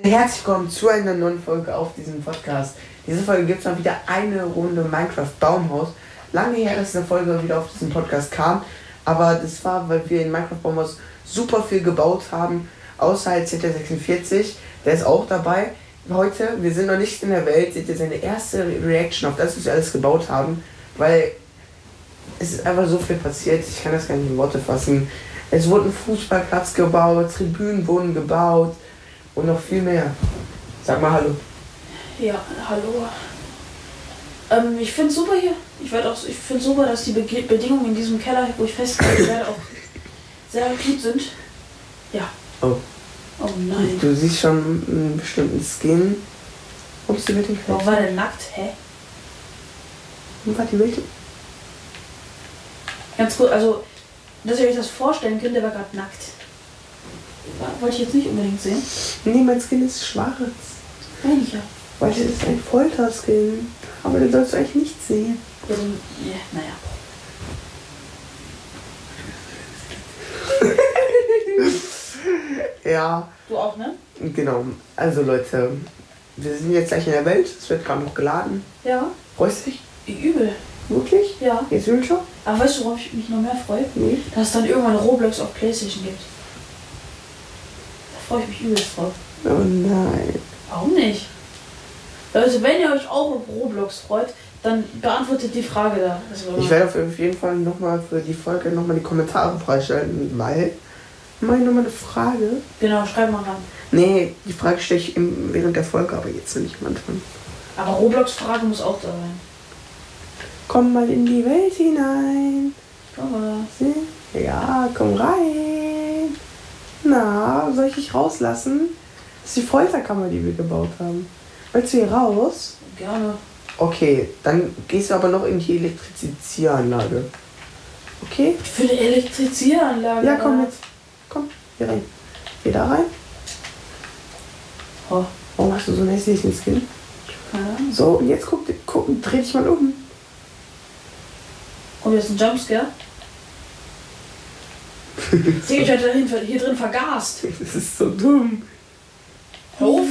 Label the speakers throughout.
Speaker 1: Herzlich willkommen zu einer neuen Folge auf diesem Podcast. Diese Folge gibt es mal wieder eine Runde Minecraft Baumhaus. Lange her, dass eine Folge wieder auf diesem Podcast kam, aber das war, weil wir in Minecraft Baumhaus super viel gebaut haben, außer als CT46, der ist auch dabei. Heute, wir sind noch nicht in der Welt, seht ihr seine erste Reaction auf das, was wir alles gebaut haben, weil es ist einfach so viel passiert, ich kann das gar nicht in Worte fassen. Es wurde ein Fußballplatz gebaut, Tribünen wurden gebaut und noch viel mehr. Sag mal Hallo.
Speaker 2: Ja, hallo. Ähm, ich finde super hier. Ich werde auch, ich finde super, dass die Bege Bedingungen in diesem Keller, wo ich festgehalten werde, auch sehr gut sind. Ja.
Speaker 1: Oh.
Speaker 2: Oh nein.
Speaker 1: Du siehst schon einen bestimmten Skin. Ups, die Welt
Speaker 2: Warum war der nackt? Hä?
Speaker 1: Wo war die Welt?
Speaker 2: Ganz kurz, also, dass ihr euch das vorstellen könnt, der war gerade nackt. War- Wollte ich jetzt nicht unbedingt sehen.
Speaker 1: Nee, mein Skin ist schwarz.
Speaker 2: Nein, ich ja.
Speaker 1: Weil das ist ein Folter-Skin. Aber den sollst du eigentlich nicht sehen.
Speaker 2: Also, ja, naja.
Speaker 1: Ja,
Speaker 2: Du auch, ne?
Speaker 1: genau. Also Leute, wir sind jetzt gleich in der Welt. Es wird gerade noch geladen.
Speaker 2: Ja.
Speaker 1: Freust du dich?
Speaker 2: Übel.
Speaker 1: Wirklich?
Speaker 2: Ja.
Speaker 1: Jetzt will schon?
Speaker 2: Aber weißt du, worauf ich mich noch mehr freue?
Speaker 1: Nee.
Speaker 2: Dass es dann irgendwann Roblox auf Playstation gibt. Da freue ich mich übelst drauf.
Speaker 1: Oh nein.
Speaker 2: Warum nicht? Leute, wenn ihr euch auch auf Roblox freut, dann beantwortet die Frage da. Also,
Speaker 1: Ich werde auf jeden Fall nochmal für die Folge nochmal die Kommentare freischalten, weil meine nochmal eine Frage.
Speaker 2: genau, schreibt mal ran.
Speaker 1: Nee, die Frage stelle ich im, während der Folge, aber jetzt noch nicht am Anfang.
Speaker 2: Aber Roblox-Frage muss auch da sein.
Speaker 1: Komm mal in die Welt hinein. Hm?
Speaker 2: Komm mal.
Speaker 1: Ja, komm rein. Na, soll ich dich rauslassen? Das ist die Folterkammer, die wir gebaut haben. Willst du hier raus?
Speaker 2: Gerne.
Speaker 1: Okay, dann gehst du aber noch in die Elektrizieranlage. Okay?
Speaker 2: Für eine Elektrizieranlage.
Speaker 1: Ja, komm
Speaker 2: oder?
Speaker 1: jetzt. Komm, hier rein. Geh da rein.
Speaker 2: Oh,
Speaker 1: Warum hast du so einen hässlichen Skin?
Speaker 2: keine Ahnung.
Speaker 1: So, und jetzt guck, guck dreh dich mal um.
Speaker 2: Kommt jetzt ein Jumpscare? Sehe ich euch da hin- hier drin vergast.
Speaker 1: Das ist so dumm.
Speaker 2: Hör auf.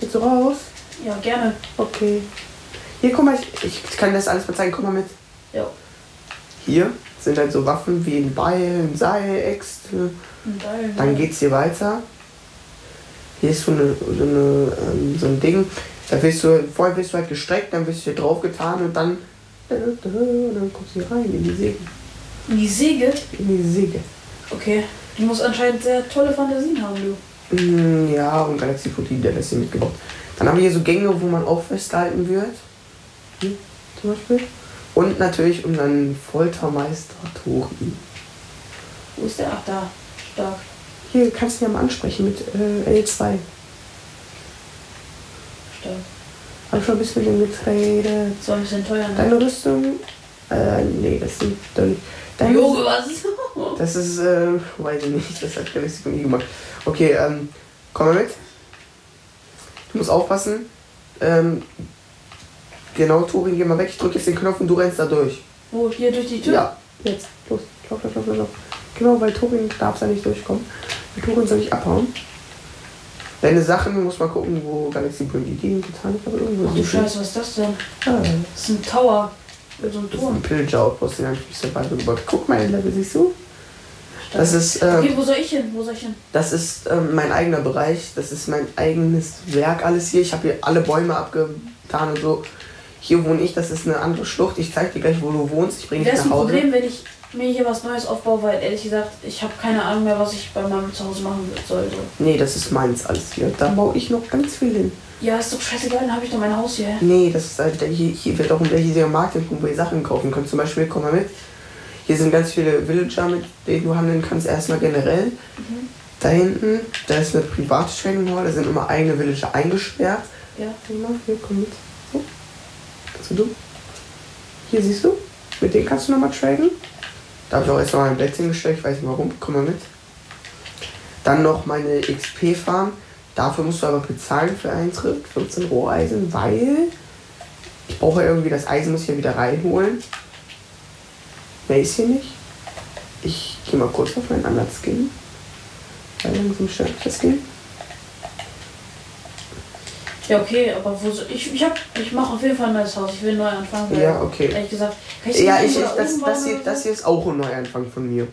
Speaker 1: Willst du raus?
Speaker 2: Ja, gerne.
Speaker 1: Okay. Hier, guck mal, ich, ich kann das alles mal zeigen. Guck mal mit.
Speaker 2: Ja.
Speaker 1: Hier sind halt so Waffen wie ein Beil, ein Seil, Äxte.
Speaker 2: Und da-
Speaker 1: Dann geht's hier weiter. Hier ist so, eine, so, eine, ähm, so ein Ding. Da wirst du, vorher wirst du halt gestreckt, dann wirst du hier drauf getan und dann. äh, Und dann kommst du hier rein in die Säge.
Speaker 2: Und Die Säge.
Speaker 1: In die Säge.
Speaker 2: Okay. Du musst anscheinend sehr tolle Fantasien haben, du.
Speaker 1: Mm, Ja, und Galaxy Putin, der lässt sie mitgebaut. Dann haben wir hier so Gänge, wo man auch festgehalten wird. Hier zum Beispiel. Und natürlich unseren Foltermeister Tori.
Speaker 2: Wo ist der? Ach, da. Stark.
Speaker 1: Hier kannst du ihn ja mal ansprechen mit äh, L2.
Speaker 2: Stark.
Speaker 1: Hab schon ein bisschen mit ihm getradet.
Speaker 2: Das war ein bisschen teuer, ne?
Speaker 1: Deine Rüstung. Äh, nee, das sind doch nicht. Deine
Speaker 2: Joge, was?
Speaker 1: Das ist, äh, weiß ich nicht, das hat Galaxy von nie gemacht. Okay, ähm, komm mal mit. Du musst aufpassen. Ähm, genau, Torin, geh mal weg. Ich drück jetzt den Knopf und du rennst da durch.
Speaker 2: Wo? Hier durch die Tür?
Speaker 1: Ja, jetzt. Los, lauf, lauf, lauf, lauf. lauf. Genau, weil Torin darf da nicht durchkommen. Weil Torin soll nicht abhauen. Deine Sachen, muss mal gucken, wo Galaxy Brüll die Ideen getan hat. Aber irgendwo
Speaker 2: Ach du
Speaker 1: sind sie.
Speaker 2: Scheiße, was ist das denn?
Speaker 1: Ah,
Speaker 2: Das ist ein Tower. Mit so einem
Speaker 1: das ist ein
Speaker 2: Turm.
Speaker 1: Pillager-Outpost, den hab ich Survival gebaut. Guck mal, Level, siehst du?
Speaker 2: Stark.
Speaker 1: Das ist, ähm,
Speaker 2: Okay, wo soll ich hin? Wo soll ich hin?
Speaker 1: Das ist ähm, mein eigener Bereich, das ist mein eigenes Werk, alles hier. Ich habe hier alle Bäume abgetan und so. Hier wohne ich, das ist eine andere Schlucht. Ich zeig dir gleich, wo du wohnst. Ich bringe dich
Speaker 2: Wäre es ein
Speaker 1: nach Hause.
Speaker 2: Problem, wenn ich mir hier was Neues aufbaue, weil ehrlich gesagt, ich habe keine Ahnung mehr, was ich bei meinem Zuhause machen sollte.
Speaker 1: Nee, das ist meins alles hier. Da baue ich noch ganz viel hin.
Speaker 2: Ja, ist doch scheißegal, dann habe ich doch mein Haus hier.
Speaker 1: Nee, das ist halt, der- hier, hier wird auch ein riesiger Markt, wo ihr Sachen kaufen könnt. Zum Beispiel, komm mal mit. Hier sind ganz viele Villager, mit denen du handeln kannst, erstmal generell.
Speaker 2: Mhm.
Speaker 1: Da hinten, da ist eine private Trading Hall, da sind immer eigene Villager eingesperrt.
Speaker 2: Ja.
Speaker 1: Prima, hier, komm mit. So. Also du. Hier siehst du, mit denen kannst du nochmal traden. Da habe ich auch erst noch ein Plätzchen gestellt, ich weiß nicht warum. Komm mal mit. Dann noch meine XP-Farm. Dafür musst du aber bezahlen für Eintritt, 15 Roheisen, weil ich brauche ja irgendwie das Eisen, muss ich ja wieder reinholen. Mehr ist hier nicht. Ich gehe mal kurz auf meinen anderen Skin. Weil langsam stört mich das Skin.
Speaker 2: Ja, okay, aber wo so, ich, ich, hab- ich mache auf jeden Fall ein neues Haus. Ich will neu anfangen. weil,
Speaker 1: Ja, okay.
Speaker 2: Ehrlich gesagt, kann
Speaker 1: Ja,
Speaker 2: nicht
Speaker 1: ich, ich,
Speaker 2: da
Speaker 1: das, das,
Speaker 2: oben bauen
Speaker 1: hier,
Speaker 2: oder
Speaker 1: das
Speaker 2: so?
Speaker 1: hier ist auch ein Neuanfang von mir.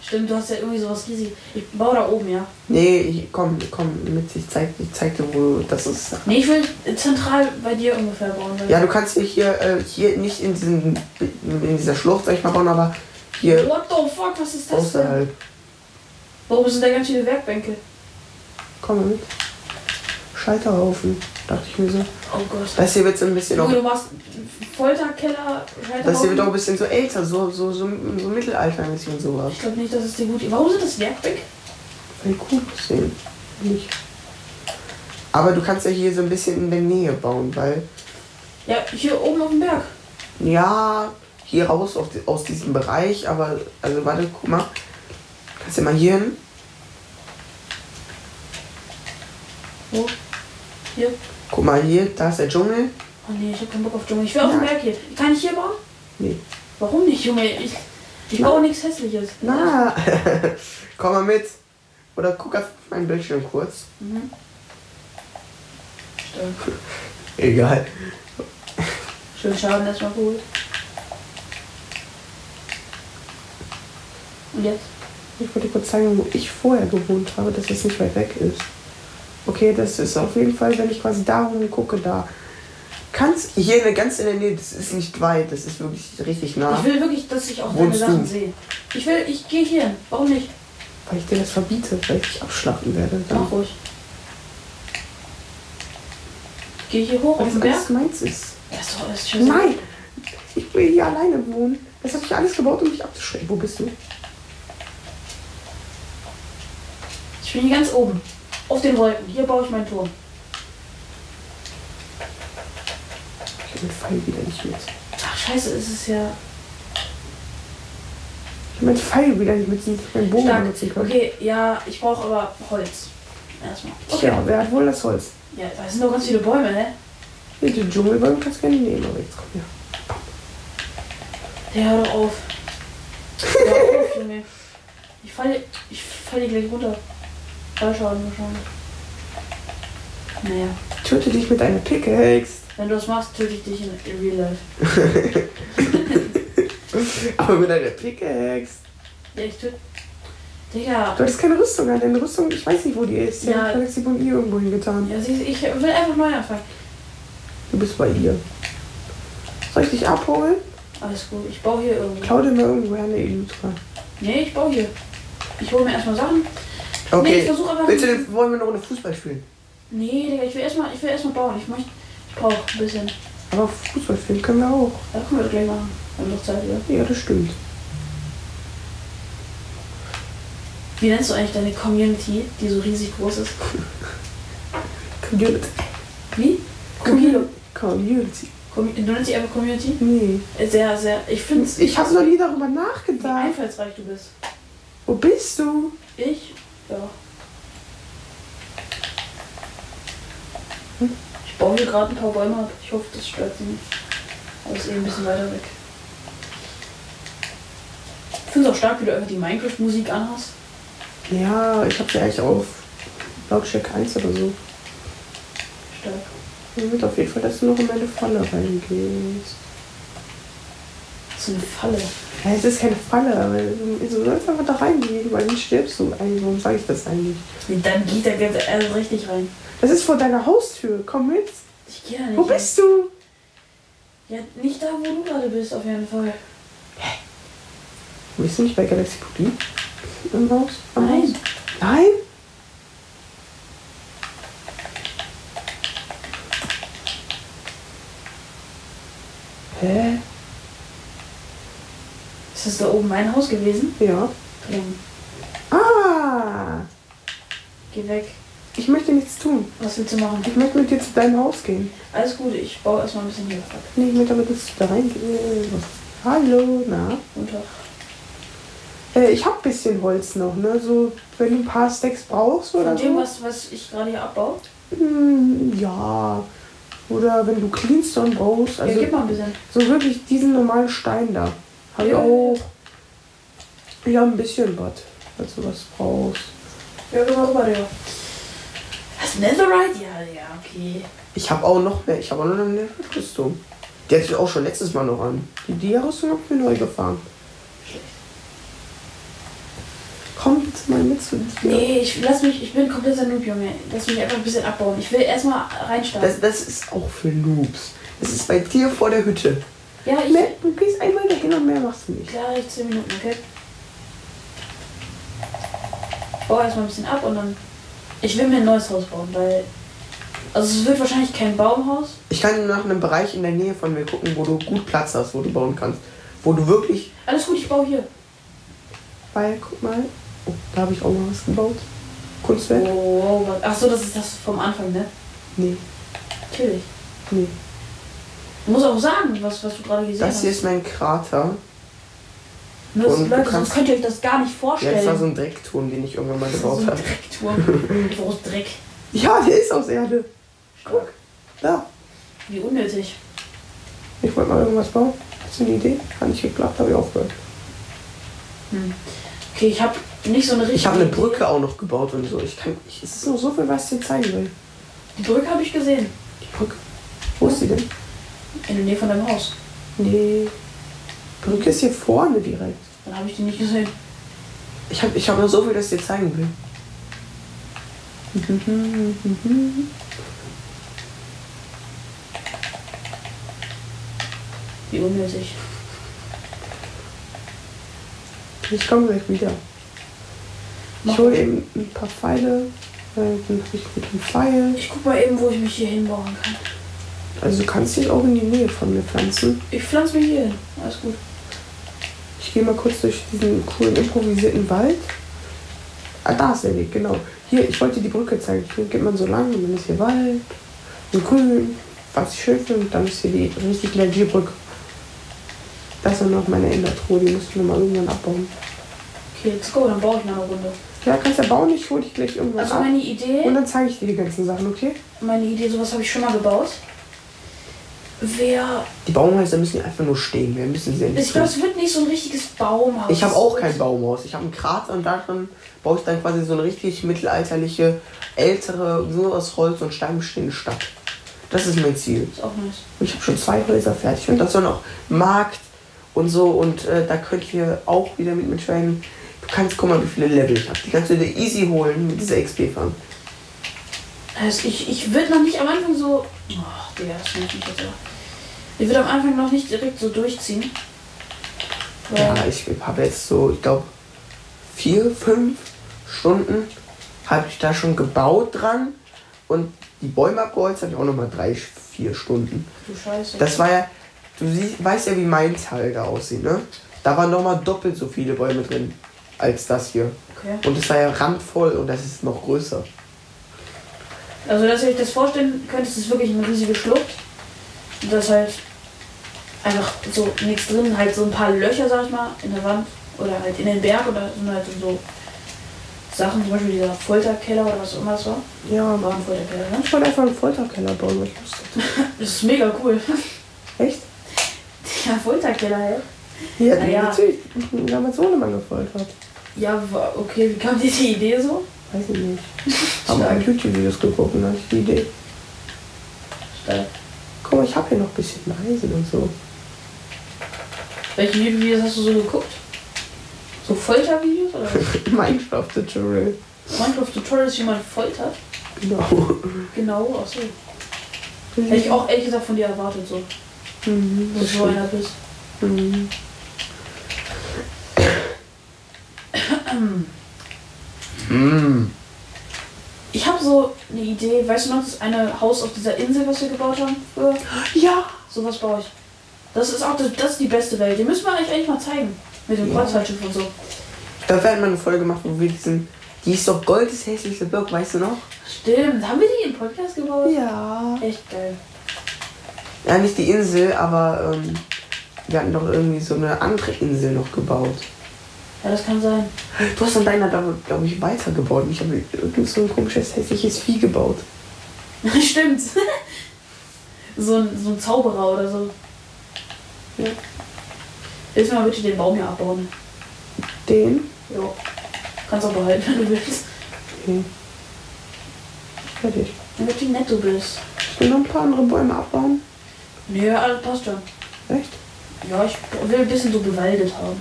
Speaker 2: Stimmt, du hast ja irgendwie sowas riesig. Ich baue da oben, ja.
Speaker 1: Nee, ich, komm, komm mit, ich zeig, ich zeig dir, wo das ist.
Speaker 2: Nee, ich will zentral bei dir ungefähr bauen. weil-
Speaker 1: Ja, du kannst dich hier, äh, hier nicht in, diesem, in dieser Schlucht, sag ich mal, bauen, aber hier
Speaker 2: What the fuck, was ist das denn?
Speaker 1: außerhalb.
Speaker 2: Warum sind da ganz viele Werkbänke?
Speaker 1: Komm mit. Scheiterhaufen, dachte ich mir so.
Speaker 2: Oh Gott.
Speaker 1: Das hier wird so ein bisschen
Speaker 2: Junge,
Speaker 1: auch,
Speaker 2: du machst Folterkeller,
Speaker 1: das hier wird auch ein
Speaker 2: Scheiterhaufen.
Speaker 1: bisschen so älter, so, so, so, so mittelaltermäßig und sowas.
Speaker 2: Ich glaube nicht, dass es dir gut Warum sind das Werkbänke?
Speaker 1: Weil cool aussehen. Nicht. Aber du kannst ja hier so ein bisschen in der Nähe bauen, weil,
Speaker 2: Ja, hier oben auf dem Berg.
Speaker 1: ja, hier raus auf, die- aus diesem Bereich, aber, also warte, guck mal. Kannst ja mal hier hin.
Speaker 2: Wo? Hier.
Speaker 1: Guck mal hier, da ist der Dschungel.
Speaker 2: Oh nee, ich hab keinen Bock auf Dschungel. Ich will auf dem
Speaker 1: Nein.
Speaker 2: Berg hier. Kann ich hier bauen?
Speaker 1: Nee.
Speaker 2: Warum nicht, Junge? Ich, ich
Speaker 1: Na.
Speaker 2: baue nichts Hässliches.
Speaker 1: Na, komm mal mit. Oder guck auf meinen Bildschirm kurz.
Speaker 2: Mhm. Stimmt.
Speaker 1: Egal.
Speaker 2: Schön Schaden erstmal geholt. Und jetzt?
Speaker 1: Ich wollte kurz zeigen, wo ich vorher gewohnt habe, dass es nicht weit weg ist. Okay, das ist auf jeden Fall, wenn ich quasi da rum gucke, da. Kannst hier eine ganz in der Nähe, das ist nicht weit, das ist wirklich richtig nah.
Speaker 2: Ich will wirklich, dass ich auch deine
Speaker 1: Ah. Wohnst
Speaker 2: Sachen
Speaker 1: du?
Speaker 2: sehe. Ich will, ich gehe hier hin. Warum nicht?
Speaker 1: Weil ich dir das verbiete, weil ich dich abschlachten werde.
Speaker 2: Mach ruhig. Ich gehe hier hoch auf
Speaker 1: Weil
Speaker 2: den
Speaker 1: das
Speaker 2: Berg.
Speaker 1: alles meins ist.
Speaker 2: Ja, so, das ist schön.
Speaker 1: Nein! Ich will hier alleine wohnen. Das habe ich alles gebaut, um mich abzuschrecken. Wo bist du?
Speaker 2: Ich bin hier ganz oben. Auf den Wolken. Hier baue ich meinen Turm.
Speaker 1: Ich habe den Pfeil wieder nicht mit.
Speaker 2: Ach, scheiße, es ist ja
Speaker 1: Ich habe meinen Pfeil wieder nicht mit, nicht meinen Bogen
Speaker 2: stark.
Speaker 1: benutzen können.
Speaker 2: Okay, ja, ich brauche aber Holz. Erstmal. Okay.
Speaker 1: Tja, wer hat wohl das Holz?
Speaker 2: Ja, da sind doch ganz viele Bäume, ne?
Speaker 1: Hier, Die Dschungelbäume kannst du gerne nehmen, aber jetzt komm her.
Speaker 2: Ja, hör doch auf. Hör auf, Junge. Ich falle, ich falle gleich runter. Fallschaden wahrscheinlich. Naja,
Speaker 1: Töte dich mit einer Pickaxe.
Speaker 2: wenn du das machst, töte ich dich in, in Real Life.
Speaker 1: Aber mit einer Pickaxe.
Speaker 2: Ja, ich töte. Digga.
Speaker 1: Du hattest keine Rüstung an. Deine Rüstung, ich weiß nicht, wo die ist.
Speaker 2: Ja.
Speaker 1: Ja. Ich habe sie von ihr irgendwo hingetan.
Speaker 2: Ja, siehst du, ich will einfach neu anfangen.
Speaker 1: Du bist bei ihr. Soll ich dich abholen?
Speaker 2: Alles gut, ich baue hier irgendwo.
Speaker 1: Klau dir mal irgendwo eine Elytra.
Speaker 2: Nee, ich baue hier. Ich hole mir erstmal Sachen. Nee, ich versuche einfach.
Speaker 1: Willst du denn, wollen wir noch eine Fußball spielen?
Speaker 2: Nee, Digga, ich will erstmal, ich will erstmal bauen. Ich möchte, ich brauche ein bisschen.
Speaker 1: Aber Fußball spielen können wir auch.
Speaker 2: Da können wir doch gleich machen. Wir haben doch Zeit, oder?
Speaker 1: Ja, das stimmt.
Speaker 2: Wie nennst du eigentlich deine Community, die so riesig groß ist?
Speaker 1: Community.
Speaker 2: Wie? Community.
Speaker 1: Community.
Speaker 2: Com du nennst dich einfach Community?
Speaker 1: Nee.
Speaker 2: Äh, Sehr, sehr. Ich finde es.
Speaker 1: Ich habe noch nie darüber
Speaker 2: Wie
Speaker 1: nachgedacht.
Speaker 2: einfallsreich du bist.
Speaker 1: Wo bist du?
Speaker 2: Ich? Ja. Hm? Ich baue hier gerade ein paar Bäume ab. Ich hoffe, das stört sie nicht. Aber ist eh ein bisschen weiter weg. Ich finde es auch stark, wie du einfach die Minecraft-Musik anhast.
Speaker 1: Ja, ich habe sie eigentlich auf Lautstärke 1 oder so.
Speaker 2: Stark.
Speaker 1: Ich würde auf jeden Fall, dass du noch in meine Falle reingehst.
Speaker 2: Das ist eine Falle.
Speaker 1: Ja, es ist keine Falle, aber du du sollst einfach da reingehen, weil dann stirbst du eigentlich. Warum sage ich das eigentlich?
Speaker 2: Nee, dann geht er ganz erst richtig rein.
Speaker 1: Das ist vor deiner Haustür. Komm mit.
Speaker 2: Ich gehe da nicht.
Speaker 1: Wo
Speaker 2: hin.
Speaker 1: bist du?
Speaker 2: Ja, nicht da, wo du gerade bist, auf jeden Fall.
Speaker 1: Bist du nicht bei Galaxy Pudi? Im Haus? Am
Speaker 2: Nein.
Speaker 1: Haus? Nein? Hä?
Speaker 2: Ist das da oben mein Haus gewesen?
Speaker 1: Ja.
Speaker 2: Bring.
Speaker 1: Ah!
Speaker 2: Geh weg.
Speaker 1: Ich möchte nichts tun.
Speaker 2: Was willst du machen?
Speaker 1: Ich möchte mit dir zu deinem Haus gehen.
Speaker 2: Alles gut, ich baue erstmal ein bisschen hier ab.
Speaker 1: Nee, ich möchte aber, dass du da reingehst. Hallo, na?
Speaker 2: Runter.
Speaker 1: Äh, ich hab ein bisschen Holz noch, ne? So, wenn du ein paar Stacks brauchst oder
Speaker 2: Von dem,
Speaker 1: so.
Speaker 2: was, was ich gerade hier abbaue?
Speaker 1: Hm, ja. Oder wenn du Cleanstone brauchst.
Speaker 2: ja,
Speaker 1: Also,
Speaker 2: gib mal ein bisschen.
Speaker 1: so wirklich diesen normalen Stein da. Hab ich
Speaker 2: Ja.
Speaker 1: auch. Ja, ein bisschen was, falls du was brauchst.
Speaker 2: Ja, gib mal rüber, Digga. Was Was? Netherite? Ja, ja, okay.
Speaker 1: Ich habe auch noch mehr. Ich habe auch noch eine Rüstung. Die hatte ich auch schon letztes Mal noch an. Die, die Rüstung hat mir neu gefahren.
Speaker 2: Schlecht.
Speaker 1: Komm jetzt mal mit zu dir.
Speaker 2: Nee, ich lass mich, ich bin kompletter Noob, Junge. Lass mich einfach ein bisschen abbauen. Ich will erstmal reinstarten.
Speaker 1: Das, das ist auch für Noobs. Das ist bei dir vor der Hütte.
Speaker 2: Ja, ich.
Speaker 1: Mehr, du gehst einmal dahin und mehr machst du nicht.
Speaker 2: Klar, ich 10 Minuten, okay? Bau erstmal ein bisschen ab und dann. Ich will mir ein neues Haus bauen, weil. Also es wird wahrscheinlich kein Baumhaus.
Speaker 1: Ich kann nach einem Bereich in der Nähe von mir gucken, wo du gut Platz hast, wo du bauen kannst. Wo du wirklich.
Speaker 2: Alles gut, ich baue hier.
Speaker 1: Weil, guck mal, oh, da habe ich auch mal was gebaut. Kunstwerk?
Speaker 2: Oh, was- ach so, das ist das vom Anfang, ne?
Speaker 1: Nee,
Speaker 2: Natürlich.
Speaker 1: nee.
Speaker 2: Du musst auch sagen, was, was du gerade gesehen
Speaker 1: Das
Speaker 2: hast.
Speaker 1: hier ist mein Krater.
Speaker 2: Nur, dass
Speaker 1: und du
Speaker 2: Leute, sonst
Speaker 1: kannst-
Speaker 2: könnt ihr euch das gar nicht
Speaker 1: Ja,
Speaker 2: vorstellen.
Speaker 1: das war so ein Dreckturm, den ich irgendwann mal
Speaker 2: so
Speaker 1: gebaut
Speaker 2: ein
Speaker 1: habe.
Speaker 2: Dreckturm. Groß Dreck.
Speaker 1: Ja, der ist aus Erde. Guck. Da.
Speaker 2: Wie unnötig.
Speaker 1: Ich wollte mal irgendwas bauen. Hast du eine Idee? Hat nicht geklappt, habe ich aufgehört.
Speaker 2: Okay, ich habe nicht so eine richtige.
Speaker 1: Ich habe eine Brücke auch noch gebaut und so. Ich kann. Ich, es ist nur so viel, was ich dir zeigen will.
Speaker 2: Die Brücke habe ich gesehen.
Speaker 1: Die Brücke. Wo ist die denn?
Speaker 2: In der Nähe von deinem Haus.
Speaker 1: Nee. Brücke ist hier vorne direkt.
Speaker 2: Dann habe ich die nicht gesehen.
Speaker 1: Ich habe ich hab nur so viel, das ich dir zeigen will.
Speaker 2: Wie unnötig.
Speaker 1: Ich komme gleich wieder. Ich
Speaker 2: Mach
Speaker 1: hole
Speaker 2: mal.
Speaker 1: eben ein paar Pfeile. Äh, Dann habe ich einen Pfeil.
Speaker 2: Ich guck mal eben, wo ich mich hier hinbauen kann.
Speaker 1: Also du kannst dich auch in die Nähe von mir pflanzen.
Speaker 2: Ich pflanze mich hier hin. Alles gut.
Speaker 1: Ich gehe mal kurz durch diesen coolen improvisierten Wald. Ah, da ist der Weg, genau. Hier, ich wollte dir die Brücke zeigen. Hier geht man so lang und dann ist hier Wald und grün, was ich schön finde. Und dann ist hier die richtig legit Brücke. Das ist noch meine Endertruhe, die muss ich nochmal irgendwann abbauen.
Speaker 2: Okay, let's go. Dann baue ich mal eine Runde.
Speaker 1: Ja, kannst ja bauen, ich hole dich gleich irgendwann
Speaker 2: Also
Speaker 1: ab.
Speaker 2: meine
Speaker 1: Und
Speaker 2: Idee,
Speaker 1: dann zeige ich dir die ganzen Sachen, okay?
Speaker 2: meine Idee, sowas habe ich schon mal gebaut. Wer.
Speaker 1: Die Baumhäuser müssen hier einfach nur stehen, wir müssen sie
Speaker 2: Ich glaube, es wird nicht so ein richtiges Baumhaus.
Speaker 1: Ich habe auch kein Baumhaus. Ich habe einen Krater und darin baue ich dann quasi so eine richtig mittelalterliche, ältere, nur aus Holz und Stein bestehende Stadt. Das ist mein Ziel.
Speaker 2: Ist auch nice.
Speaker 1: Und ich habe schon zwei Häuser fertig. Und das soll noch Markt und so. Und äh, da könnt ihr auch wieder mit mitschreiben. Du kannst, guck mal, wie viele Level ich habe. Die kannst du dir easy holen mit dieser XP fahren.
Speaker 2: Also ich, ich würde noch nicht am Anfang so. Oh, Digga, das nervt mich jetzt aber. Ich würde am Anfang noch nicht direkt so durchziehen.
Speaker 1: Ja,
Speaker 2: Weil
Speaker 1: ich habe jetzt so, ich glaube, vier, fünf Stunden habe ich da schon gebaut dran. Und die Bäume abgeholzt habe ich auch nochmal drei, vier Stunden.
Speaker 2: du Scheiße.
Speaker 1: Das war ja, du siehst, weißt ja, wie mein Teil da aussieht, ne? Da waren nochmal doppelt so viele Bäume drin als das hier.
Speaker 2: okay.
Speaker 1: Und es war ja randvoll und das ist noch größer.
Speaker 2: Also, dass ihr euch das vorstellen könnt, ist es wirklich eine riesige Schlucht. Und da ist halt einfach so nichts drin, halt so ein paar Löcher, sag ich mal, in der Wand oder halt in den Berg oder sind halt so Sachen, zum Beispiel dieser Folterkeller oder was auch immer das war.
Speaker 1: Ja,
Speaker 2: War ein Folterkeller, ne?
Speaker 1: ich wollte einfach einen Folterkeller bauen, weil ich Lust hatte.
Speaker 2: Das ist mega cool.
Speaker 1: Echt?
Speaker 2: Der Folterkeller, ey.
Speaker 1: Ja,
Speaker 2: Na ja.
Speaker 1: natürlich. Damals ohne Mann gefoltert.
Speaker 2: Ja, wa- okay, wie kam diese Idee so?
Speaker 1: Weiß ich nicht. Haben ein YouTube-Videos geguckt und dann hatte ich die Idee.
Speaker 2: Steil.
Speaker 1: Guck mal, ich habe hier noch ein bisschen Eisen und so.
Speaker 2: Welche Videos hast du so geguckt? So Foltervideos oder was?
Speaker 1: Minecraft-Tutorial.
Speaker 2: Minecraft Tutorials, wie man foltert?
Speaker 1: Genau.
Speaker 2: Genau, achso. Hätte ich auch ehrlich gesagt von dir erwartet, so.
Speaker 1: Mhm,
Speaker 2: Dass du
Speaker 1: das
Speaker 2: so
Speaker 1: stimmt.
Speaker 2: einer bist.
Speaker 1: Mhm.
Speaker 2: Ähm,
Speaker 1: Mm.
Speaker 2: Ich habe so eine Idee, weißt du noch, das eine Haus auf dieser Insel, was wir gebaut haben früher?
Speaker 1: Ja.
Speaker 2: Sowas baue ich. Das ist auch das, das ist die beste Welt. Die müssen wir euch eigentlich mal zeigen. Mit dem
Speaker 1: Ja.
Speaker 2: Kreuzfahrtschiff und so.
Speaker 1: Da werden wir eine Folge machen, wo wir diesen. Die ist doch Gold das hässlichste Block, weißt du noch?
Speaker 2: Stimmt, haben wir die im Podcast gebaut?
Speaker 1: Ja.
Speaker 2: Echt geil.
Speaker 1: Ja, nicht die Insel, aber ähm, wir hatten doch irgendwie so eine andere Insel noch gebaut.
Speaker 2: Ja, das kann sein.
Speaker 1: Du hast an deiner, glaube ich, weitergebaut. Ich habe irgend so ein komisches hässliches Vieh gebaut.
Speaker 2: Stimmt. so, ein, so ein Zauberer oder so.
Speaker 1: Ja.
Speaker 2: Willst du mal bitte den Baum hier abbauen?
Speaker 1: Den?
Speaker 2: Jo. Kannst auch behalten, wenn du willst.
Speaker 1: Okay. Fertig.
Speaker 2: Damit wie nett du bist.
Speaker 1: Ich will noch ein paar andere Bäume abbauen.
Speaker 2: Nö, ja, alles passt schon.
Speaker 1: Echt?
Speaker 2: Ja, ich will ein bisschen so bewaldet haben.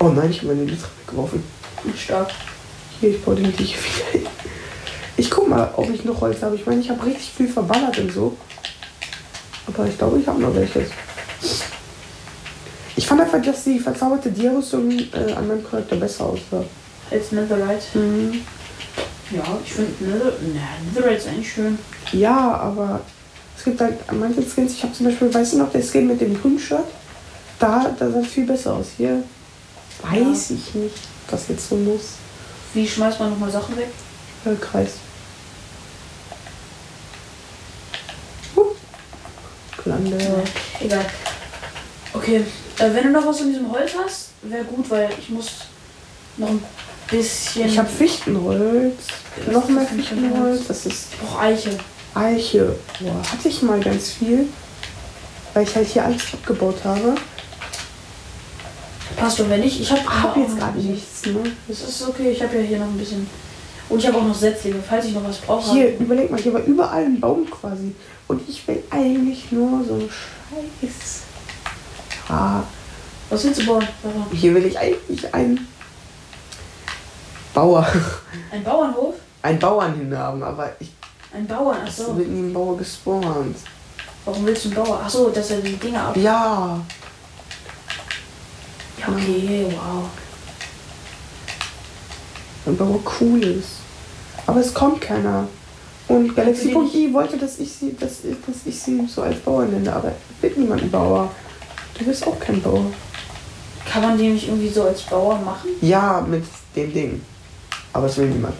Speaker 1: Oh nein, ich habe meine Lütre weggeworfen.
Speaker 2: Stark.
Speaker 1: Hier, ich baue die mit hier wieder hin. Ich guck mal, ob ich noch Holz habe. Ich meine, ich habe richtig viel verballert und so. Aber ich glaube, ich habe noch welches. Ich fand einfach, dass die verzauberte Diarüstung äh, an meinem Charakter besser aussah.
Speaker 2: Als Netherite.
Speaker 1: Mhm.
Speaker 2: Ja, ich ne, finde Nether na, Netherite ist eigentlich schön.
Speaker 1: Ja, aber es gibt halt manche Skins. Ich habe zum Beispiel, weißt du noch, der Skin mit dem grünen Shirt? Da, da sah es viel besser aus. Hier weiß ich nicht, was jetzt so muss.
Speaker 2: Wie schmeißt man nochmal Sachen weg?
Speaker 1: Äh, Kreis. Huh. Gelandet.
Speaker 2: Egal. Okay, äh, wenn du noch was von diesem Holz hast, wäre gut, weil ich muss noch ein bisschen.
Speaker 1: Ich habe Fichtenholz.
Speaker 2: Was
Speaker 1: Noch
Speaker 2: ist
Speaker 1: mehr
Speaker 2: das für ein
Speaker 1: Fichtenholz.
Speaker 2: Fichtenholz?
Speaker 1: Das ist
Speaker 2: ich brauche Eiche.
Speaker 1: Eiche. Boah, hatte ich mal ganz viel. Weil ich halt hier alles abgebaut habe.
Speaker 2: Passt und wenn nicht, ich habe
Speaker 1: Hab jetzt gerade nichts, ne?
Speaker 2: Das ist okay, ich habe ja hier noch ein bisschen. Und ich habe auch noch Setzlinge, falls ich noch was brauche.
Speaker 1: Hier, überleg mal, hier war überall ein Baum quasi. Und ich will eigentlich nur so einen Scheiß. Ah,
Speaker 2: Was willst du bauen? Papa?
Speaker 1: hier will ich eigentlich einen Bauer.
Speaker 2: Ein Bauernhof?
Speaker 1: Einen Bauern hinhaben, aber ich
Speaker 2: Ein Bauern, ach
Speaker 1: so.
Speaker 2: so.
Speaker 1: bin nie ein Bauer gespawnt.
Speaker 2: Warum willst du einen Bauer? Ach so, dass er die Dinge ab.
Speaker 1: Ja.
Speaker 2: Ja, okay, wow.
Speaker 1: Und warum cool ist. Aber es kommt keiner. Und Galaxy.i wollte, dass ich sie, dass, ich- dass ich sie so als Bauer nenne, aber wird niemand ein Bauer. Du bist auch kein Bauer.
Speaker 2: Kann man den nicht irgendwie so als Bauer machen?
Speaker 1: Ja, mit dem Ding. Aber es will niemand.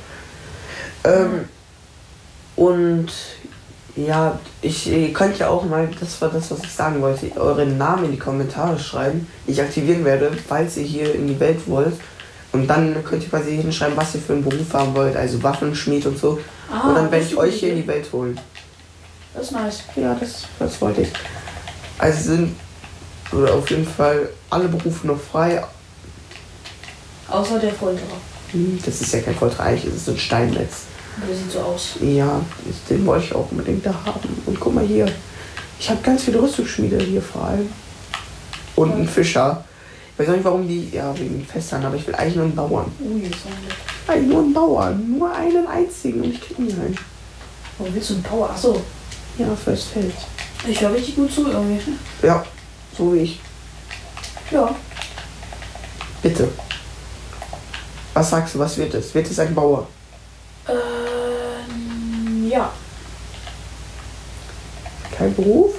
Speaker 1: Ähm, und ja, ich ihr könnt ja auch mal, das war das, was ich sagen wollte, euren Namen in die Kommentare schreiben, die ich aktivieren werde, falls ihr hier in die Welt wollt. Und dann könnt ihr quasi hinschreiben, was ihr für einen Beruf haben wollt, also Waffenschmied und so.
Speaker 2: Ah,
Speaker 1: und dann werde
Speaker 2: das
Speaker 1: ich
Speaker 2: ist eine
Speaker 1: euch hier in
Speaker 2: Idee.
Speaker 1: die Welt holen.
Speaker 2: Das ist nice.
Speaker 1: Ja, das, das wollte ich. Also sind oder auf jeden Fall alle Berufe noch frei.
Speaker 2: Außer der Folterer.
Speaker 1: Hm, Das ist ja kein Vollreich, es ist ein Steinmetz.
Speaker 2: Der sieht so aus.
Speaker 1: Ja, den wollte ich auch unbedingt da haben. Und guck mal hier. Ich habe ganz viele Rüstungsschmiede hier vor allem. Und einen Fischer. Ich weiß auch nicht, warum die. Ja, wegen den Festern, aber ich will eigentlich nur einen Bauern.
Speaker 2: Ui, ist ein
Speaker 1: Eigentlich nur einen Bauern. Nur einen einzigen und ich krieg nie einen.
Speaker 2: Warum Oh, willst du einen Bauer? Ach so.
Speaker 1: Ja, fürs Feld.
Speaker 2: Ich höre richtig gut zu irgendwie.
Speaker 1: Ja, so wie ich.
Speaker 2: Ja.
Speaker 1: Bitte. Was sagst du, was wird es? Wird es ein Bauer?
Speaker 2: Ähm, ja.
Speaker 1: Kein Beruf?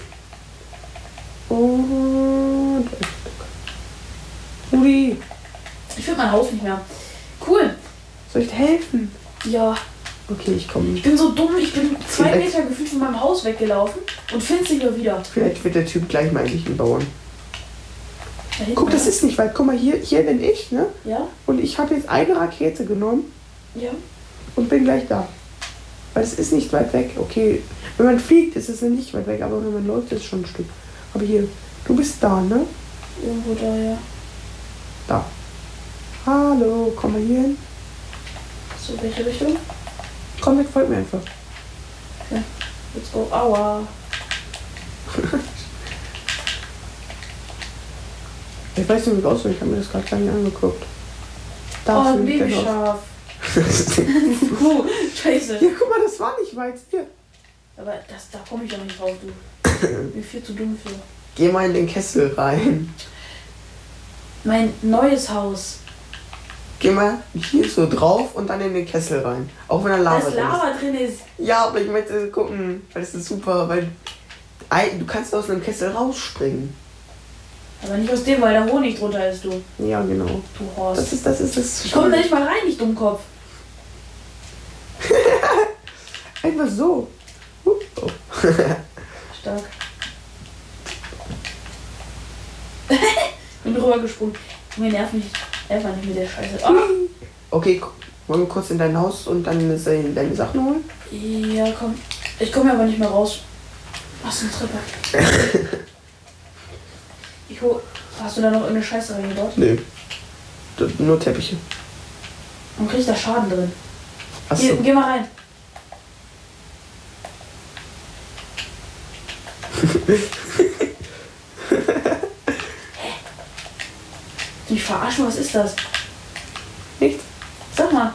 Speaker 1: Und. Rudi,
Speaker 2: Ich finde mein Haus nicht mehr. Cool.
Speaker 1: soll ich dir helfen?
Speaker 2: Ja.
Speaker 1: Okay, ich komme
Speaker 2: Ich bin so dumm, ich bin zwei
Speaker 1: Vielleicht-
Speaker 2: Meter gefühlt von meinem Haus weggelaufen und find's nicht mehr wieder.
Speaker 1: Vielleicht wird der Typ gleich mal endlich ein Bauern.
Speaker 2: Da hinten,
Speaker 1: Guck, das
Speaker 2: ja.
Speaker 1: ist nicht weit. Guck mal, hier, hier bin ich, ne?
Speaker 2: Ja?
Speaker 1: Und ich habe jetzt eine Rakete genommen
Speaker 2: Ja.
Speaker 1: und bin gleich da. Weil es ist nicht weit weg. Okay, wenn man fliegt, ist es ja nicht weit weg, aber wenn man läuft, ist es schon ein Stück. Aber hier, du bist da, ne?
Speaker 2: Irgendwo da, ja.
Speaker 1: Da. Hallo, komm mal hier hin.
Speaker 2: So, welche Richtung?
Speaker 1: Komm mit, folgt mir einfach.
Speaker 2: Let's go. Aua.
Speaker 1: Ich weiß nicht, wie es aussieht, ich habe mir das gerade gar nicht angeguckt.
Speaker 2: oh,
Speaker 1: Da
Speaker 2: ein
Speaker 1: fliegt der raus.
Speaker 2: Babyschaf. Puh, scheiße.
Speaker 1: Ja, guck mal, das war nicht weit. Hier.
Speaker 2: Aber das, da komme ich doch nicht drauf, du. Ich bin viel zu dumm für.
Speaker 1: Geh mal in den Kessel rein.
Speaker 2: Mein neues Haus.
Speaker 1: Geh mal hier so drauf und dann in den Kessel rein. Auch wenn er
Speaker 2: Da
Speaker 1: Lava
Speaker 2: ist
Speaker 1: drin
Speaker 2: Lava drin ist.
Speaker 1: ist. Ja, aber ich möchte gucken, weil das ist super, weil Ei, du kannst aus einem Kessel rausspringen.
Speaker 2: Aber nicht aus dem, weil da Honig drunter ist, du.
Speaker 1: Ja, genau.
Speaker 2: Du
Speaker 1: Das
Speaker 2: Horst.
Speaker 1: ist das ist das.
Speaker 2: Ich komme da nicht mal rein, nicht Dummkopf.
Speaker 1: Einfach so. Hup, Oh.
Speaker 2: Stark. Bin rübergesprungen. Mir nervt mich einfach nicht mit der Scheiße. Ah.
Speaker 1: Okay, gu- wollen wir kurz in dein Haus und dann se- deine Sachen holen?
Speaker 2: Ja, komm. Ich komme aber nicht mehr raus. Was eine Treppe. Ich hol. Hast du da noch irgendeine Scheiße reingebaut?
Speaker 1: Nö. D nur Teppiche.
Speaker 2: Man kriegt da Schaden drin.
Speaker 1: Achso.
Speaker 2: Hier, geh mal rein. Mich verarschen, was ist das?
Speaker 1: Nichts.
Speaker 2: Sag mal.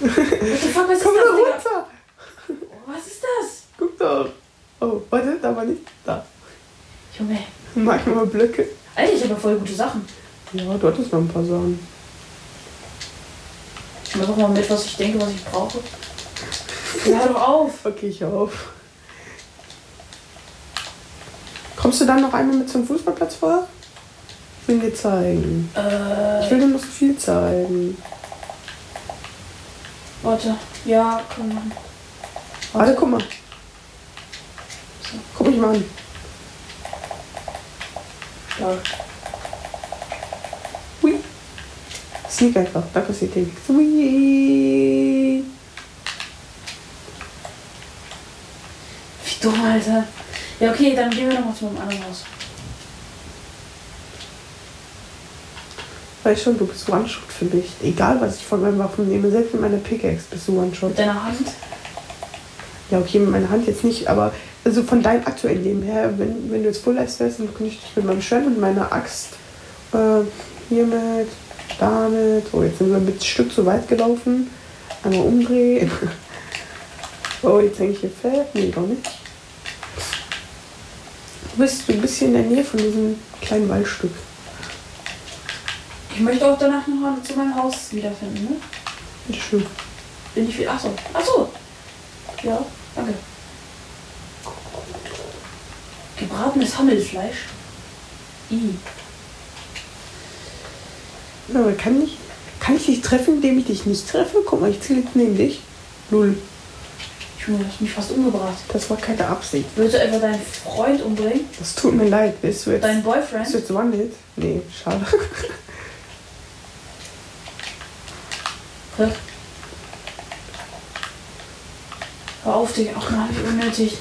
Speaker 2: What the fuck, was ist
Speaker 1: Komm
Speaker 2: das,
Speaker 1: da
Speaker 2: Digga? Oh,
Speaker 1: runter!
Speaker 2: Was ist das?
Speaker 1: Guck doch! Oh, warte, da war nicht da.
Speaker 2: Junge.
Speaker 1: Manchmal Blöcke.
Speaker 2: Alter, ich habe ja voll gute Sachen.
Speaker 1: Ja, du hattest noch ein paar Sachen.
Speaker 2: Ich mach doch mal mit, was ich denke, was ich brauche. Hör doch auf.
Speaker 1: Okay, ich hör auf. Kommst du dann noch einmal mit zum Fußballplatz vor? Ich will dir zeigen. Ich
Speaker 2: Äh,
Speaker 1: will dir noch so viel zeigen.
Speaker 2: warte. Ja, komm machen.
Speaker 1: Warte, guck mal. Guck mich mal an.
Speaker 2: Ja.
Speaker 1: Hui. Sneak einfach. Da passiert dir nichts. Hui.
Speaker 2: Wie dumm, Alter. Ja, okay, dann gehen wir nochmal zu meinem anderen Haus.
Speaker 1: Weißt schon, du bist One-Shot für mich. Egal, was ich von meinen Waffen nehme, selbst mit meiner Pickaxe bist du One-Shot.
Speaker 2: Mit deiner Hand.
Speaker 1: Ja, okay, mit meiner Hand jetzt nicht, aber also von deinem aktuellen Leben her, wenn, wenn du jetzt Full Life wärst, dann könnte ich dich mit meinem Schwert und meiner Axt äh, hiermit, damit. Oh, jetzt sind wir ein bisschen Stück zu weit gelaufen. Einmal umdrehen. oh, jetzt hänge ich hier fest. Nee, doch nicht. Du bist so ein bisschen in der Nähe von diesem kleinen Waldstück.
Speaker 2: Ich möchte auch danach noch zu meinem Haus wiederfinden, ne?
Speaker 1: Bitte schön.
Speaker 2: Bin ich viel. Achso. Achso. Ja, danke. Gebratenes Hammelfleisch. I.
Speaker 1: Ja, aber kann ich, kann ich dich treffen, indem ich dich nicht treffe? Guck mal, ich zähle jetzt neben dich. Null.
Speaker 2: Junge, du hast mich fast umgebracht.
Speaker 1: Das war keine Absicht.
Speaker 2: Willst du etwa deinen Freund umbringen?
Speaker 1: Das tut mir leid, bist du jetzt.
Speaker 2: Deinen
Speaker 1: Hast
Speaker 2: Boyfriend?
Speaker 1: du jetzt gewandelt? Nee, schade.
Speaker 2: Hä? Hör auf, Digga. Ach, Mann, wie unnötig.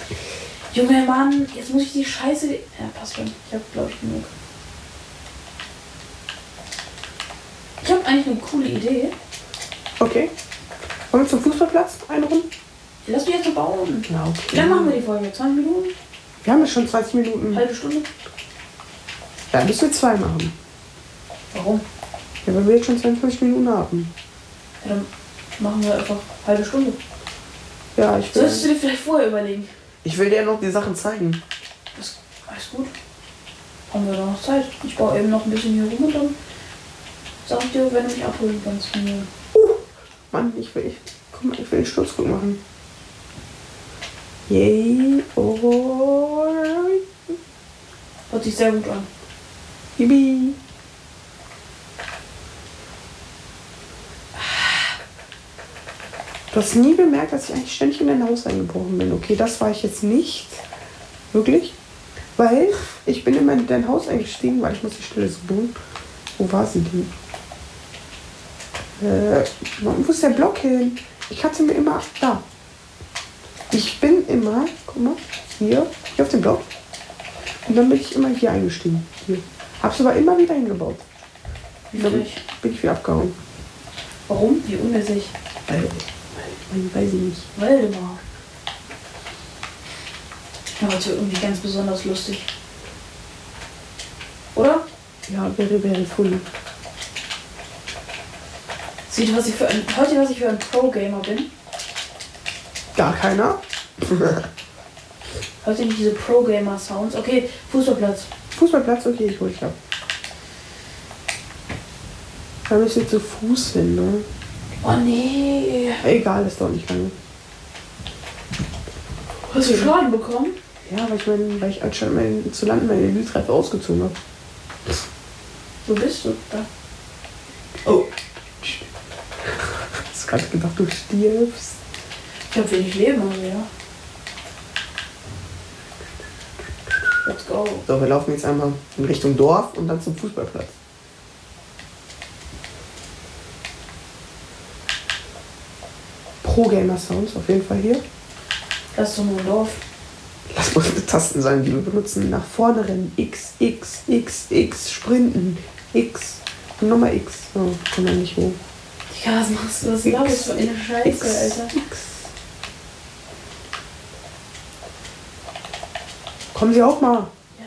Speaker 2: Junge, Mann, jetzt muss ich die Scheiße... Ja, passt schon. Ich hab, glaube ich, genug. Ich habe eigentlich eine coole Idee.
Speaker 1: Okay. Wollen wir zum Fußballplatz eine Runde?
Speaker 2: Lass mich jetzt noch bauen.
Speaker 1: Ja, okay.
Speaker 2: Wie lange machen wir Halt. die Folge? 20 Minuten?
Speaker 1: Wir haben ja schon 20 Minuten.
Speaker 2: Halbe Stunde?
Speaker 1: Da müssen wir zwei machen.
Speaker 2: Warum?
Speaker 1: Ja, weil wir jetzt schon 22 Minuten haben.
Speaker 2: Ja, dann machen wir einfach halbe Stunde.
Speaker 1: Ja, ich
Speaker 2: Solltest du
Speaker 1: will.
Speaker 2: dir vielleicht vorher überlegen.
Speaker 1: Ich will dir noch die Sachen zeigen.
Speaker 2: Ist, alles gut. Haben wir doch noch Zeit. Ich baue eben noch ein bisschen hier rum und dann sag ich dir, wenn du mich abholen kannst von mir.
Speaker 1: Uh, Mann, ich will. Ich, guck mal, ich will den Sturzflug machen. Yay. Oh.
Speaker 2: Hört sich sehr gut an.
Speaker 1: Yippie. Du hast nie bemerkt, dass ich eigentlich ständig in dein Haus eingebrochen bin. Okay, das war ich jetzt nicht. Wirklich? Weil ich bin immer in dein Haus eingestiegen, weil ich muss die Stelle suchen. Wo war sie denn? Äh, wo ist der Block hin? Ich hatte mir immer... Da. Ich bin immer... Guck mal. Hier. Hier auf dem Block. Und dann bin ich immer hier eingestiegen. Hier. Hab's aber immer wieder hingebaut. Und dann bin ich, bin ich wieder abgehauen.
Speaker 2: Warum? Wie unnötig.
Speaker 1: Weil, weil, weil, weiß ich nicht.
Speaker 2: Waldemar. Ja, heute irgendwie ganz besonders lustig. Oder?
Speaker 1: Ja, wäre, wäre voll.
Speaker 2: Sieht, was ich für ein. Heute, was ich für ein Pro-Gamer bin.
Speaker 1: Gar keiner.
Speaker 2: Hört ihr nicht diese Pro-Gamer-Sounds? Okay, Fußballplatz.
Speaker 1: Fußballplatz, okay, ich hol dich ab. Da müssen wir zu Fuß hin, ne?
Speaker 2: Oh nee.
Speaker 1: Egal, ist doch nicht lange.
Speaker 2: Hast du Schaden bekommen?
Speaker 1: Ja, weil ich, mein, weil ich anstatt mein, zu landen meine Lütreife ausgezogen habe.
Speaker 2: Wo bist du? Da.
Speaker 1: Oh. Hast du gerade gedacht, du stirbst?
Speaker 2: Ich hab wenig Leben, also ja. Let's go.
Speaker 1: So, wir laufen jetzt einmal in Richtung Dorf und dann zum Fußballplatz. Pro Gamer Sounds auf jeden Fall hier.
Speaker 2: Lass doch mal ein Dorf.
Speaker 1: Lass mal die Tasten sein, die wir benutzen. Nach vorne rennen. X, X, X, X. Sprinten. X. Und nochmal X. So, komm da nicht hoch.
Speaker 2: Digga, was machst du? Was
Speaker 1: X,
Speaker 2: glaubst du für eine Scheiße,
Speaker 1: X,
Speaker 2: Alter?
Speaker 1: X. Kommen Sie auch mal.
Speaker 2: Ja.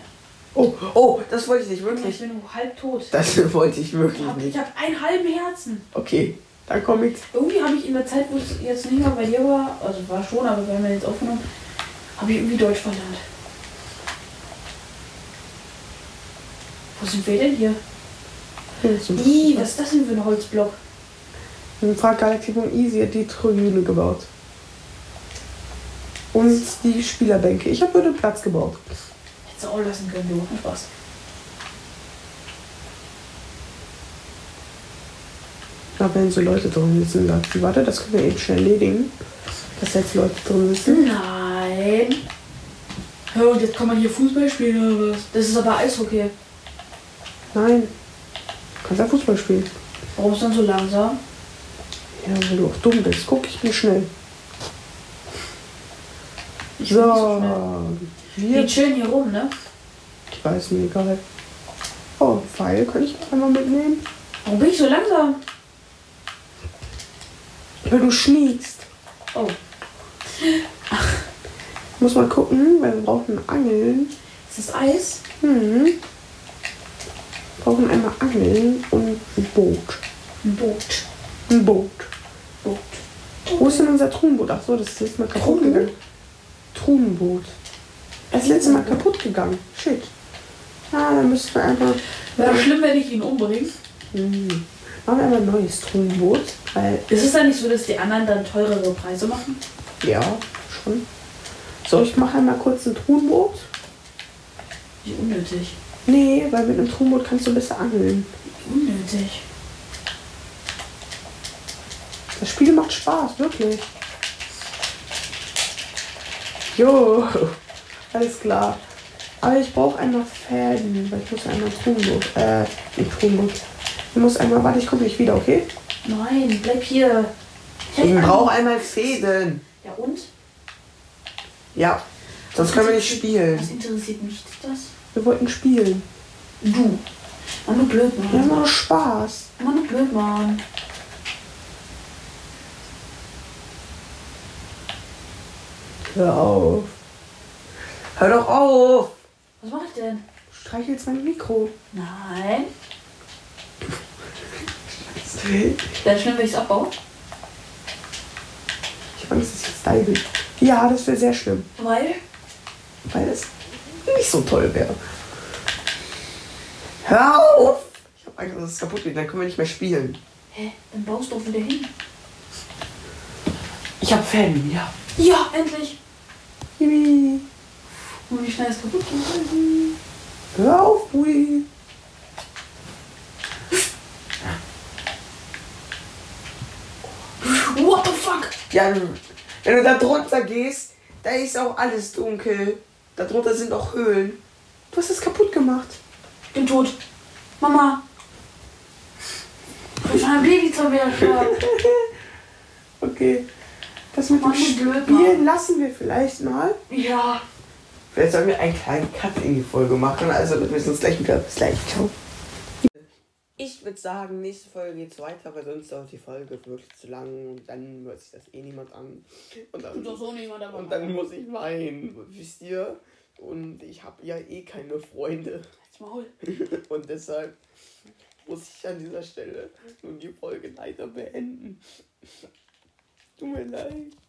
Speaker 1: Oh, oh, das wollte ich nicht,
Speaker 2: Ich
Speaker 1: wirklich.
Speaker 2: bin nur halb tot.
Speaker 1: Das wollte ich
Speaker 2: Ich
Speaker 1: wirklich
Speaker 2: habe
Speaker 1: nicht.
Speaker 2: hab einen halben Herzen.
Speaker 1: Okay, dann komme ich.
Speaker 2: Irgendwie habe ich in der Zeit, wo es jetzt nicht mehr bei dir war, also war schon, aber wir haben ja jetzt aufgenommen, habe ich irgendwie Deutsch verlernt. Wo sind wir denn hier? Ih, was ist das denn für ein Holzblock?
Speaker 1: Und fragt Galaxy von Easy hat die Tribüne gebaut. Und die Spielerbänke. Ich habe heute Platz gebaut.
Speaker 2: Hättest du auch lassen können, du. Spaß.
Speaker 1: Da werden so Leute drin sitzen. Sagt sie, warte, das können wir eben schnell erledigen. Dass jetzt Leute drin sitzen.
Speaker 2: Nein. Hör, und jetzt kann man hier Fußball spielen oder was? Das ist aber Eishockey.
Speaker 1: Nein. Du kannst ja Fußball spielen.
Speaker 2: Warum ist dann so langsam?
Speaker 1: Ja, wenn du auch dumm bist. Guck, ich bin schnell.
Speaker 2: Ich bin nicht so schnell.
Speaker 1: So.
Speaker 2: Die
Speaker 1: Wir,
Speaker 2: chillen hier rum, ne?
Speaker 1: ich weiß mir egal. Oh, Pfeil kann ich auch einmal mitnehmen.
Speaker 2: Warum bin ich so langsam?
Speaker 1: Weil du schmiegst.
Speaker 2: Oh.
Speaker 1: Muss mal gucken, weil wir brauchen Angeln.
Speaker 2: Ist das Eis?
Speaker 1: Hm. Brauchen einmal Angeln und ein Boot.
Speaker 2: Ein Boot.
Speaker 1: Ein Boot.
Speaker 2: Boot.
Speaker 1: Wo ist denn unser Truhenboot? Ach so, das ist jetzt mal kaputt
Speaker 2: Truhen?
Speaker 1: gegangen. Truhenboot. Das ist letztes Mal kaputt gegangen. Shit. Ah, dann müssen wir einfach.
Speaker 2: Wäre schlimm, wenn ich ihn umbringe.
Speaker 1: Hm. Machen wir einfach ein neues Truhenboot. Weil,
Speaker 2: Ist es dann nicht so, dass die anderen dann teurere Preise machen?
Speaker 1: ja, schon. So, ich mache einmal kurz ein Truhenboot.
Speaker 2: Wie unnötig.
Speaker 1: Nee, weil mit einem Truhenboot kannst du besser angeln.
Speaker 2: Wie unnötig.
Speaker 1: Das Spiel macht Spaß, wirklich. Jo, alles klar. Aber ich brauche einmal Fäden, weil ich muss einmal Truhenboot. Äh, nicht Truhenboot. Ich muss einmal, warte, ich komme nicht wieder, okay?
Speaker 2: Nein, bleib hier. hab
Speaker 1: Ich
Speaker 2: Angst.
Speaker 1: brauche einmal Fäden.
Speaker 2: Ja und?
Speaker 1: Ja, sonst können wir nicht
Speaker 2: Was
Speaker 1: spielen.
Speaker 2: interessiert mich das?
Speaker 1: Wir wollten spielen.
Speaker 2: Du. Mann, du blöd,
Speaker 1: Wir haben
Speaker 2: Mann.
Speaker 1: auch Spaß.
Speaker 2: Mann, du blöd, Mann.
Speaker 1: Hör auf. Hör doch auf.
Speaker 2: Was mache ich denn?
Speaker 1: Streichelst mein Mikro.
Speaker 2: Nein. Wäre schlimm, wenn ich es abbaue.
Speaker 1: Ich fand es jetzt dein. Ja, das wäre sehr schlimm.
Speaker 2: Weil?
Speaker 1: weil es nicht so toll wäre. Hör auf! Ich habe Angst, dass es kaputt geht, dann können wir nicht mehr spielen.
Speaker 2: Hä? Dann baust du auch wieder hin.
Speaker 1: Ich habe Fan, ja.
Speaker 2: Ja, endlich.
Speaker 1: Jimmy,
Speaker 2: Und wie schnell ist kaputt geht.
Speaker 1: hör auf, Bui.
Speaker 2: What the fuck?
Speaker 1: Ja, wenn du da drunter gehst, da ist auch alles dunkel. Da drunter sind auch Höhlen. Du hast es kaputt gemacht.
Speaker 2: Ich bin tot. Mama. Ich bin von einem Baby zerwerfen.
Speaker 1: Okay. Das mit dem
Speaker 2: Mann, du blöd,
Speaker 1: Spielen lassen wir vielleicht mal.
Speaker 2: Ja.
Speaker 1: Vielleicht sollen wir einen kleinen Cut in die Folge machen. Also wir sehen uns gleich wieder. Bis gleich. Ciao. Ich würde sagen, nächste Folge geht's weiter, weil sonst dauert die Folge wirklich zu lang und dann hört sich das eh niemand an. Und dann,
Speaker 2: so niemand
Speaker 1: und dann muss ich weinen, wisst ihr? Und ich habe ja eh keine Freunde.
Speaker 2: Maul.
Speaker 1: Und deshalb muss ich an dieser Stelle nun die Folge leider beenden. Tut mir leid.